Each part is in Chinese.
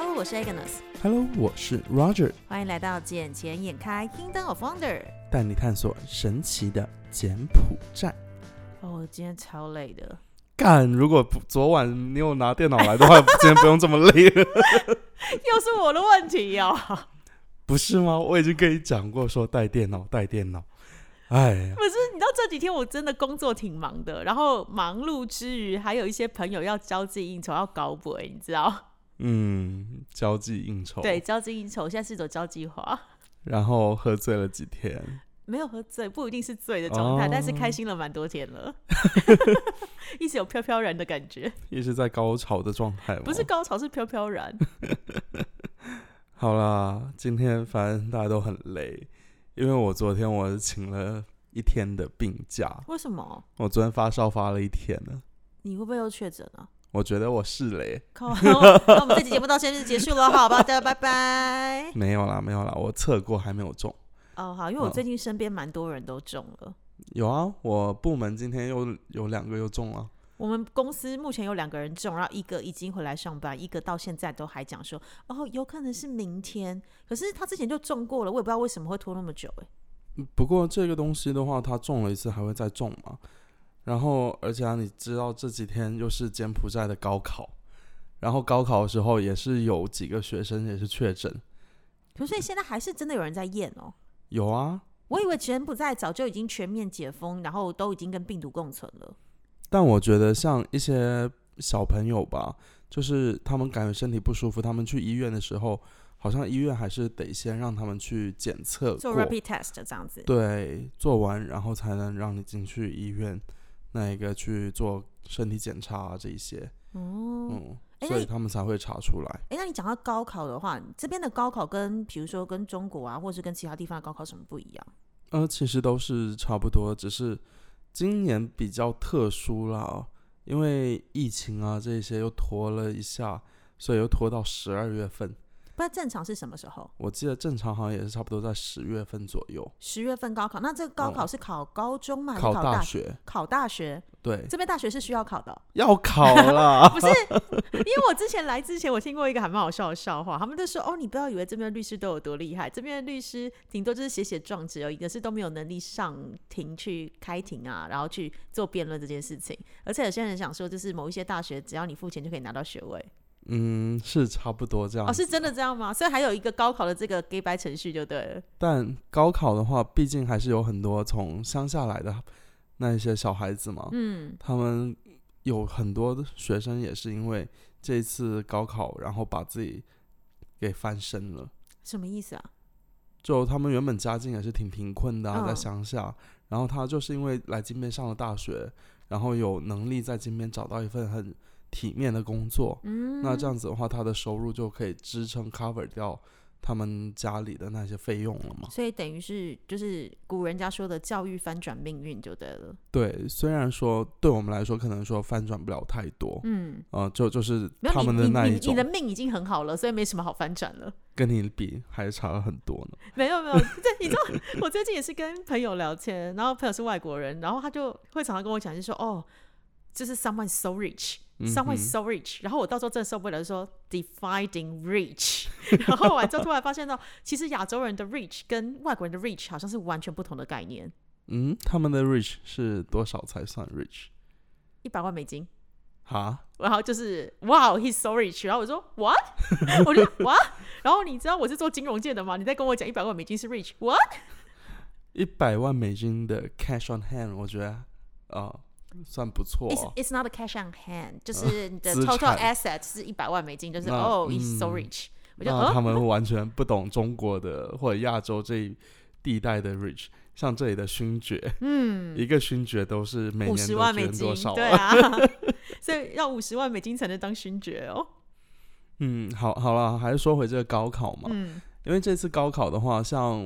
哦是 Agnes， Hello，我是 Roger，欢迎来到《捡钱眼开 Kingdom of Wonder》。带你探索神奇的柬埔寨。哦，今天超累的，干，如果不昨晚你有拿电脑来的话，今天不用这么累了， 又是我的问题哦。 不是吗？我已经跟你讲过说带电脑，带电脑。哎呀，不是，你知道这几天我真的工作挺忙的，然后忙碌之余还有一些朋友要交际应酬，要搞鬼，你知道？嗯，交际应酬，对，，交际应酬现在是一种交际 化，然后喝醉了几天，没有喝醉，不一定是醉的状态，哦但是开心了蛮多天 了，一直有飘飘然的感觉，一直在高潮的状态吗？不是高潮，是飘飘然。好啦，今天反正大家都很累，因为我昨天我请了一天的病假， 为什么？我昨天发烧发了一天呢，你会不会又确诊啊？我觉得我是嘞，靠！ 那我们这期节目到现在就结束了，好吧？大家拜拜。没有啦，没有啦，我测过还没有中。哦，好，因为我嗯最近身边蛮多人都中了。有啊，我部门今天又有两个又中了，我们公司目前有两个人中，然后一个已经回来上班，一个到现在都还讲说，哦，有可能是明天。可是他之前就中过了，我也不知道为什么会拖那么久、欸。不过这个东西的话，它中了一次还会再中嘛。然后，而且啊，你知道这几天又是柬埔寨的高考，然后高考的时候也是有几个学生也是确诊，可是现在还是真的有人在验哦。有啊。我以为柬埔寨早就已经全面解封，然后都已经跟病毒共存了。但我觉得像一些小朋友吧，就是他们感觉身体不舒服，他们去医院的时候，好像医院还是得先让他们去检测做过 rapid test 这样子，对，做完然后才能让你进去医院，那一个去做身体检查、啊、这一些，哦，嗯，诶那所以你他们才会查出来。哎，那你讲到高考的话，这边的高考跟比如说跟中国啊，或是跟其他地方的高考什么不一样？呃，其实都是差不多，只是今年比较特殊啦，哦因为疫情啊这些又拖了一下，所以又拖到十二月份。不知道正常是什么时候？我记得正常好像也是差不多在十月份左右十月份高考，那这个高考是考高中吗？还是哦啊考大大学，考大学，对，这边大学是需要考的哦、要考啦。 不是，因为我之前来之前，我听过一个还蛮好笑的笑话，他们就说：“哦，你不要以为这边的律师都有多厉害，这边的律师顶多就是写写状纸而已，可是都没有能力上庭去开庭啊，然后去做辩论这件事情。而且有些人想说，就是某一些大学，只要你付钱就可以拿到学位， 嗯，是差不多这样哦，是真的这样吗？所以还有一个高考的这个 gay 白程序就对了。但高考的话，毕竟还是有很多从乡下来的那一些小孩子嘛，嗯，他们有很多的学生也是因为这次高考，然后把自己给翻身了。什么意思啊？就他们原本家境也是挺贫困的、啊，在嗯乡下，然后他就是因为来金边上了大学，然后有能力在金边找到一份很体面的工作，嗯，那这样子的话，他的收入就可以支撑 cover 掉他们家里的那些费用了嘛。所以等于是就是古人家说的教育翻转命运就对了。对，虽然说对我们来说可能说翻转不了太多，嗯，呃，就就是没有他们你那你一你你种的命已经很好了，所以没什么好翻转了。跟你比还是差了很多呢。 没有没有，对，你知道 我最近也是跟朋友聊天，然后朋友是外国人，然后他就会常常跟我讲，就说哦，就是 someone so rich。嗯哼 Someone so rich，、然后我到时候真的受不了，就说 defining rich，然 后完之后突然发现到，其实亚洲人的 rich 跟外国人的 rich 好像是完全不同的概念，嗯，他们的 rich 是多少才算 rich？一百万美金，哈，然后就是哇、wow,，he's so rich。然后我说 what，我 就 what。然后你知道我是做金融界的吗？你在跟我讲一百万美金是 rich，what？一百万美金的 cash on hand，我觉得啊、呃算不错、 It's 哦。 it's not a cash on hand，就是你的啊资 total 产 asset 是一百万美金，就是那哦、he's so 嗯 rich。我就那他哦，们完全不懂中国的或者亚洲这一地带的 rich，像这里的勋爵，嗯，一个勋爵都是每五年十都万美捐金多少、，对啊， 所以要五十万美金才能当勋爵哦。嗯，好，好了，还是说回这个高考嘛。嗯，因为这次高考的话，像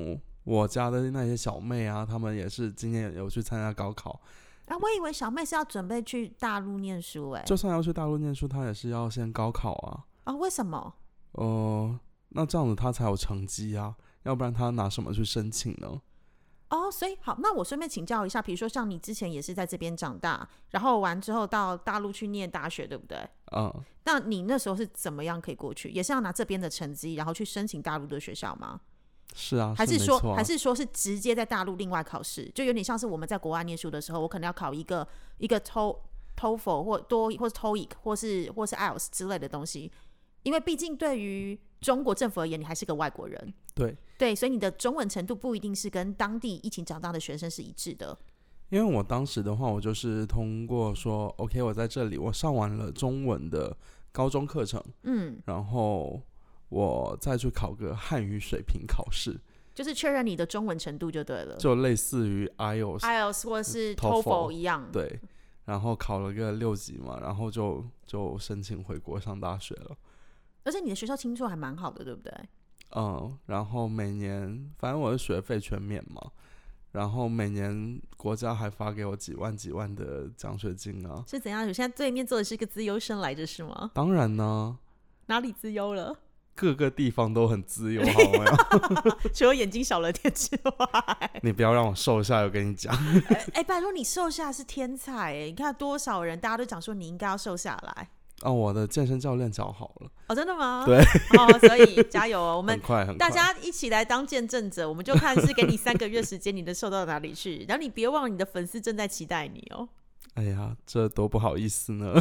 我家的那些小妹啊，她们也是今年有去参加高考，啊，我以为小妹是要准备去大陆念书哎、就算要去大陆念书，她也是要先高考啊。啊，为什么？呃，那这样子她才有成绩啊，要不然她拿什么去申请呢？哦，所以好，那我顺便请教一下，比如说像你之前也是在这边长大，然后完之后到大陆去念大学，对不对？嗯，那你那时候是怎么样可以过去？也是要拿这边的成绩，然后去申请大陆的学校吗？是啊，还是是没说，错啊还是说是直接在大陆另外考试？就有点像是我们在国外念书的时候，我可能要考一个一个 TO TOEFL 或多或是 TOEIC 或是或是 IELTS 之类的东西，因为毕竟对于中国政府而言，你还是个外国人，对，对，所以你的中文程度不一定是跟当地一起长大的学生是一致的。因为我当时的话，我就是通过说，OK，我在这里，我上完了中文的高中课程，嗯，然后我再去考个汉语水平考试，就是确认你的中文程度就对了就类似于 IELTS，、 ，IELTS 或是 TOEFL TOEFL 一样。对，然后考了个六级嘛，然后就就申请回国上大学了。而且你的学校听说还蛮好的，对不对？嗯，然后每年反正我的学费全免嘛，然后每年国家还发给我几万几万的奖学金啊。是怎样？我现在对面坐的是一个资优生来着，是吗？当然呢，哪里资优了？各个地方都很自由，好吗？ 除了眼睛少了点之外， 哎、你不要让我瘦下来，我跟你讲。拜托你瘦下是天才哎、你看多少人，大家都讲说你应该要瘦下来。啊，我的健身教练找好了，哦，真的吗？对，哦，所以加油 哦，我很们快很快。大家一起来当见证者，我们就看是给你三个月时间，你能瘦到哪里去。 然后你别忘了，你的粉丝正在期待你哦。哎呀，这多不好意思呢。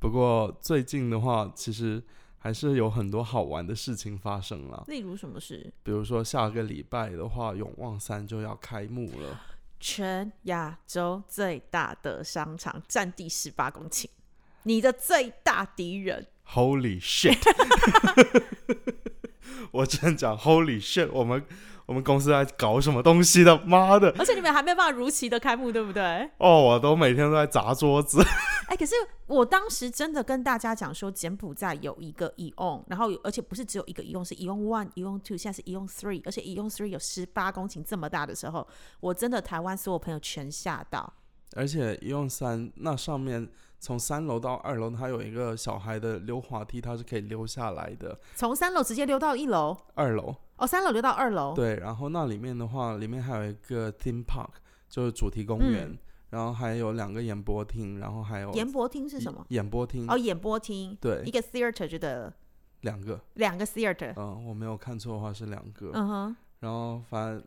不过最近的话，其实还是有很多好玩的事情发生了。例如什么事？比如说下个礼拜的话，永旺三就要开幕了。全亚洲最大的商场，占地十八公顷，你的最大敌人。 Holy shit！我真的讲 Holy shit！我们我们公司在搞什么东西的？妈的！而且你们还没有办法如期的开幕，对不对？哦，我都每天都在砸桌子。 哎、可是我当时真的跟大家讲说，柬埔寨有一个 Eon，然后有而且不是只有一个 Eon，是 Eon One、Eon Two，现在是 Eon Three，而且 Eon Three 有十八公顷这么大的时候，我真的台湾所有朋友全吓到。而且一用三那上面从三楼到二楼，它有一个小孩的溜滑梯，它是可以溜下来的。从三楼直接溜到一楼，二楼哦，三楼溜到二楼，对，然后那里面的话，里面还有一个 theme park，就是主题公园，然后还有两个演播厅，然后还有嗯演播厅是什么？演播厅哦，演播厅，一嗯对，个 theater 就对了，两个，两个 theater，嗯、我没有看错的话是两个。嗯哼。然后反正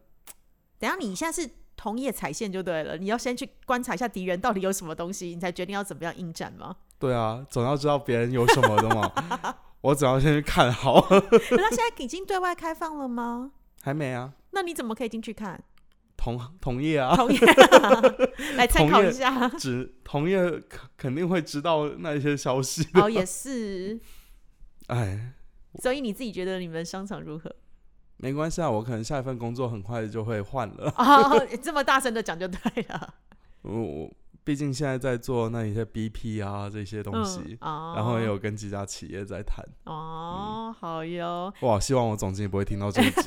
等一下你现在是同业踩线就对了，你要先去观察一下敌人到底有什么东西，你才决定要怎么样应战吗？ 对啊，总要知道别人有什么的嘛。我只要先去看好， 可他现在已经对外开放了吗？还没啊，那你怎么可以进去 看？同同 业啊， 同业来参考一下。只同业肯肯定会知道那些消息 的。哦，也是。哎，所以你自己觉得你们商场 如何？没关系啊，我可能下一份工作很快就会换了。哦，这么大声的讲就对了。我我毕竟现在在做那一些 BP 啊这些东西，嗯、哦然后也有嗯跟几家企业在谈。哦，好哟。哇，希望我总经理不会听到这一集，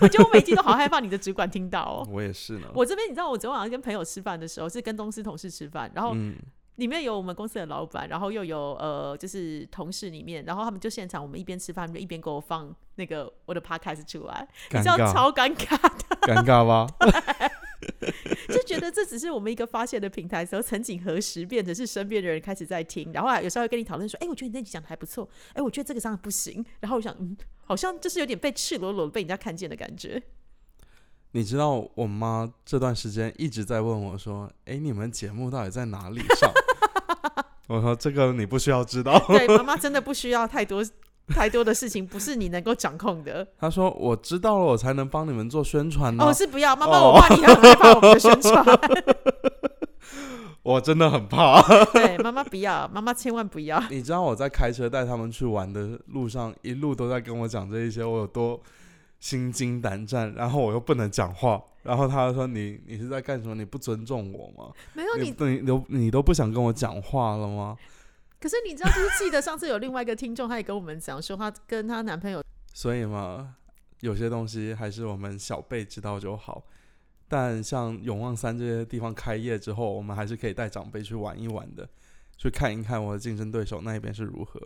我觉得我每集都好害怕你的主管听到哦。 我也是呢。我这边你知道，我昨晚上跟朋友吃饭的时候，是跟公司同事吃饭，然后嗯，里面有我们公司的老板，然后又有呃，就是同事里面，然后他们就现场我们一边吃饭，一边给我放那个我的 podcast 出来，你尴知道尬，超尴尬 尴尬吧？ 就觉得这只是我们一个发泄的平台。时候，曾几何时，变成是身边的人开始在听，然后还有时候会跟你讨论说：“哎、我觉得你那集讲的还不错，哎、我觉得这个这样不行。”然后我想，嗯，好像就是有点被赤裸裸地被人家看见的感 觉。你知道我妈这段时间一直在问我说：“哎，你们节目到底在哪里上？” 我说：“这个你不需要知道。对，妈妈真的不需要太多太多的事情，不是你能够掌控的。” 她说：“我知道了，我才能帮你们做宣传呢、哦，是不要，妈妈，哦我怕你很害怕我们的宣 传。我真的很怕。对，妈妈不要，妈妈千万不要。你知道我在开车带他们去玩的路上，一路都在跟我讲这一些，我有多心惊胆战，然后我又不能讲话，然后他就说你你是在干什么？你不尊重我吗？没有你你，不你都你都不想跟我讲话了吗？可是你知道，就是记得上次有另外一个听众，他也跟我们讲说，她跟她男朋友所以嘛，有些东西还是我们小辈知道就好。但像永旺山这些地方开业之后，我们还是可以带长辈去玩一玩的，去看一看我的竞争对手那一边是如何，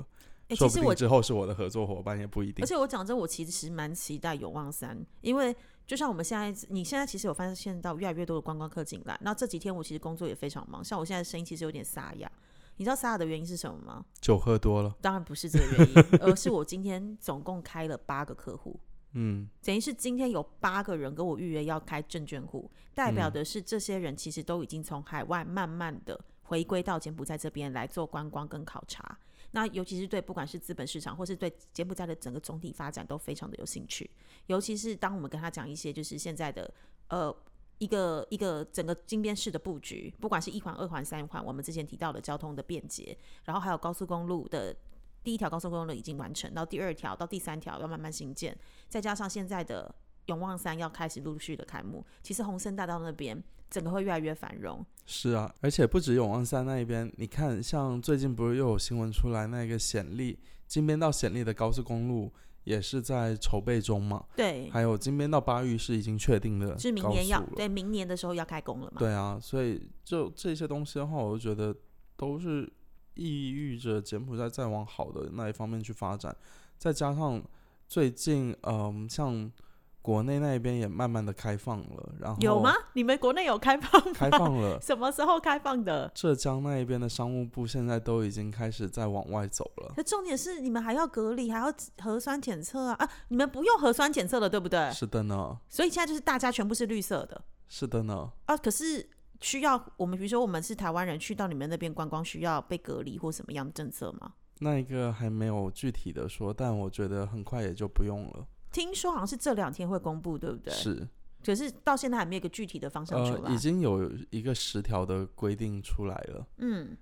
哎、其说不实定我，之后是我的合作伙伴也不一定而。且我讲真，我其实蛮期待永旺三，因为就像我们现在，你现在其实有发现到越来越多的观光客进来。那这几天我其实工作也非常忙，像我现在声音其实有点沙哑。你知道沙哑的原因是什么吗？酒喝多了，当然不是这个原因，而是我今天总共开了八个客户，嗯，等于是今天有八个人跟我预约要开证券户，代表的是这些人其实都已经从海外慢慢的回归到柬埔寨这边来做观光跟考察。那尤其是对不管是资本市场，或是对柬埔寨的整个总体发展都非常的有兴趣。尤其是当我们跟他讲一些就是现在的呃一个一个整个金边市的布局，不管是一环、二环、三环，我们之前提到的交通的便捷，然后还有高速公路的第一条高速公路已经完成，到第二条到第三条要慢慢兴建，再加上现在的永旺山要开始陆续的开幕，其实红森大道那边整个会越来越繁荣。是啊，而且不止永旺山那一边，你看，像最近不是又有新闻出来，那个显利金边到显利的高速公路也是在筹备中嘛，对，还有金边到巴育是已经确定的，是明年要对明年的时候要开工了嘛？对啊，所以就这些东西的话，我就觉得都是意喻着柬埔寨再往好的那一方面去发展，再加上最近嗯、像国内那一边也慢慢的开放了，然后有吗？？你们国内有开放吗？。开放了什么时候开放的？浙江那一边的商务部现在都已经开始在往外走了，可重点是你们还要隔离，还要核酸检测啊！啊，你们不用核酸检测了，对不对？是的呢，所以现在就是大家全部是绿色的是的呢，啊。可是需要我们，比如说我们是台湾人去到你们那边观光，需要被隔离或什么样的政策吗？那一个还没有具体的说，但我觉得很快也就不用了。听说好像是这两天会公布，对不对？是，可是到现在还没有一个具体的方向出呃，来。已经有一个十条的规定出来了。嗯，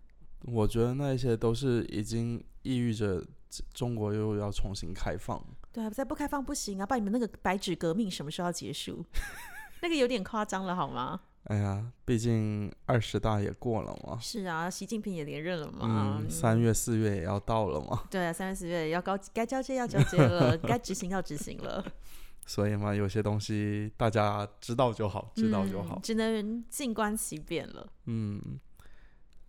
我觉得那一些都是已经意喻着中国又要重新开放。对啊，再不开放不行啊！把你们那个白纸革命什么时候要结束？ 那个有点夸张了，好吗？哎呀，毕竟二十大也过了嘛，是啊，习近平也连任了嘛。嗯，三月四月也要到了嘛，对啊，三月四月要高该交接要交接 了，该执行要执行了，所以嘛，有些东西大家知道就好，知道就嗯好。只能静观其变了。嗯，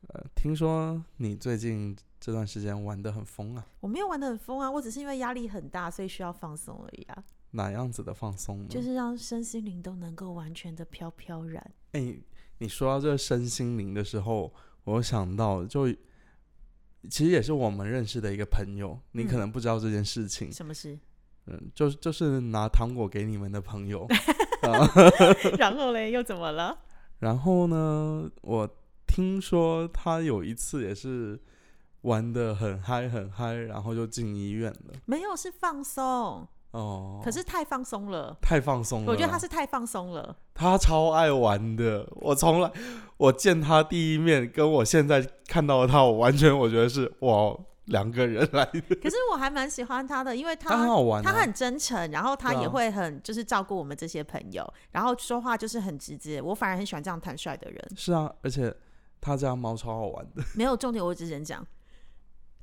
呃，听说你最近这段时间玩的很疯啊，我没有玩的很疯啊，我只是因为压力很大，所以需要放松而已啊，哪样子的放松呢？就是让身心灵都能够完全的飘飘然。哎、你说到这个身心灵的时候，我想到就其实也是我们认识的一个朋友，你可嗯能不知道这件事情，什么事？ 嗯，就是就是拿糖果给你们的朋 友，然后嘞，又怎么了？然后呢，我听说他有一次也是玩的很嗨很嗨，然后就进医院了，没有，是放松，哦，可是太放松了。太放松了，啊我觉得他是太放松 了，他超爱玩的，我从来我见他第一面，跟我现在看到他，我完全我觉得是哇两个人来的，可是我还蛮喜欢他的，因为他他很好玩、啊，他很真诚，然后他对啊也会很就是照顾我们这些朋友，然后说话就是很直接。我反而很喜欢这样坦率的人。 是啊，而且他家猫超好玩的，没有重点，我只能讲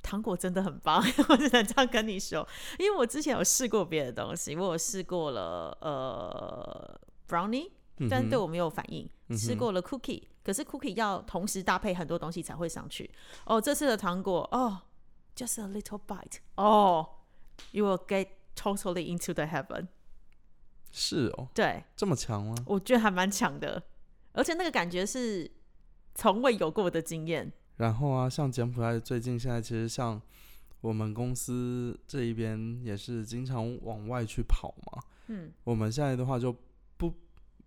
糖果真的很棒， 我只能这样跟你说，因为我之前有试过别的东西，我有试过了呃 brownie，但对嗯哼我没有反应，吃过了 cookie，可是 cookie 要同时搭配很多东西才会上去。哦，这次的糖果哦，just a little bite，哦，you will get totally into the heaven，是哦，对这么强吗？我觉得还蛮强的，而且那个感觉是从未有过的经验。然后啊，像柬埔寨最近现在其实像我们公司这一边也是经常往外去跑嘛，嗯，我们现在的话就不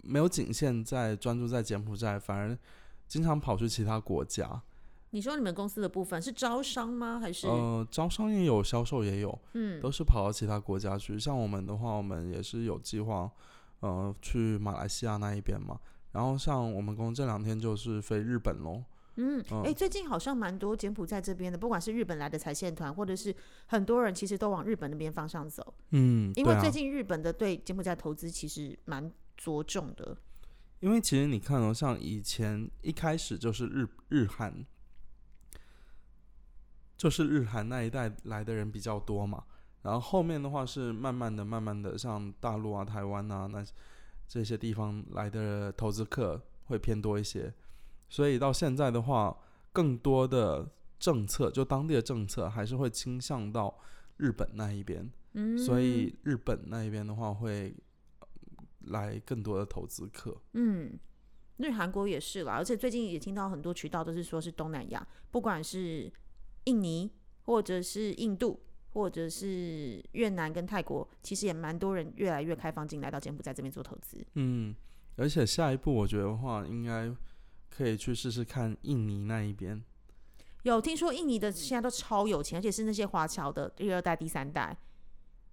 没有仅限在专注在柬埔寨，反而经常跑去其他国家。你说你们公司的部分是招商吗？还是、呃，招商也有，销售也有，嗯都是跑到其他国家去。像我们的话，我们也是有计划，呃，去马来西亚那一边嘛。然后像我们公司这两天就是飞日本咯。嗯？哎、嗯最近好像蛮多柬埔寨这边的，不管是日本来的财线团，或者是很多人其实都往日本那边方向走，嗯，因对为啊最近日本的对柬埔寨投资其实蛮着重的。因为其实你看哦，像以前一开始就是日日韩，就是日韩那一带来的人比较多嘛。然后后面的话是慢慢的、慢慢的，像大陆啊、台湾啊那这些地方来的投资客会偏多一些。所以到现在的话，更多的政策就当地的政策还是会倾向到日本那一边。嗯，所以日本那一边的话会呃来更多的投资客。嗯，因为韩国也是啦，而且最近也听到很多渠道都是说是东南亚，不管是印尼或者是印度。或者是越南跟泰国，其实也蛮多人越来越开放进来到柬埔寨这边做投资。嗯，而且下一步我觉得的话，应该可以去试试看印尼那一边。有听说印尼嗯的现在都超有钱，而且是那些华侨的第二代、第三代。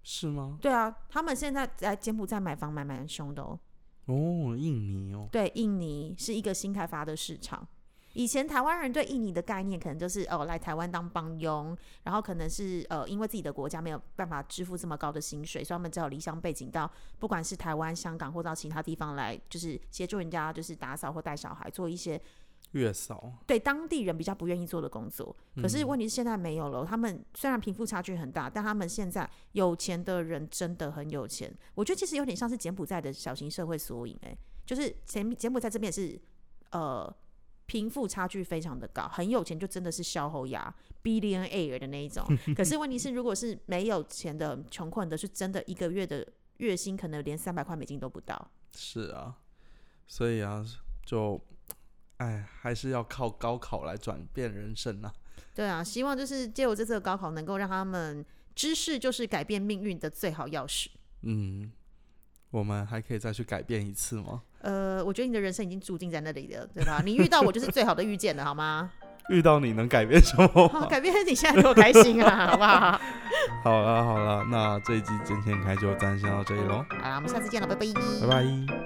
是吗？对啊，他们现在来柬埔寨买房买蛮凶的哦。哦，印尼哦，对，印尼是一个新开发的市场。以前台湾人对印尼的概念可能就是哦，来台湾当帮佣，然后可能是呃，因为自己的国家没有办法支付这么高的薪水，所以他们只好离乡背井到不管是台湾、香港或到其他地方来，就是协助人家就是打扫或带小孩，做一些月嫂。对当地人比较不愿意做的工作。可是问题是现在没有了，他们虽然贫富差距很大，但他们现在有钱的人真的很有钱。我觉得其实有点像是柬埔寨的小型社会缩影、欸，哎，就是柬柬埔寨这边也是呃。贫富差距非常的高，很有钱就真的是消喉牙 billionaire 的那一种。可是问题是，如果是没有钱的穷困的，是真的一个月的月薪可能连三百块美金都不到。是啊，所以啊，就哎，还是要靠高考来转变人生啊。对啊，希望就是借我这次的高考，能够让他们知识就是改变命运的最好钥匙。嗯，我们还可以再去改变一次吗？呃，我觉得你的人生已经注定在那里了，对吧？你遇到我就是最好的遇见了，好吗？遇到你能改变什么好，吗？改变你现在给我开心啊，好不好？好了好了，那这一集今天开就暂时先到这里喽，好啦，我们下次见了，拜拜拜拜。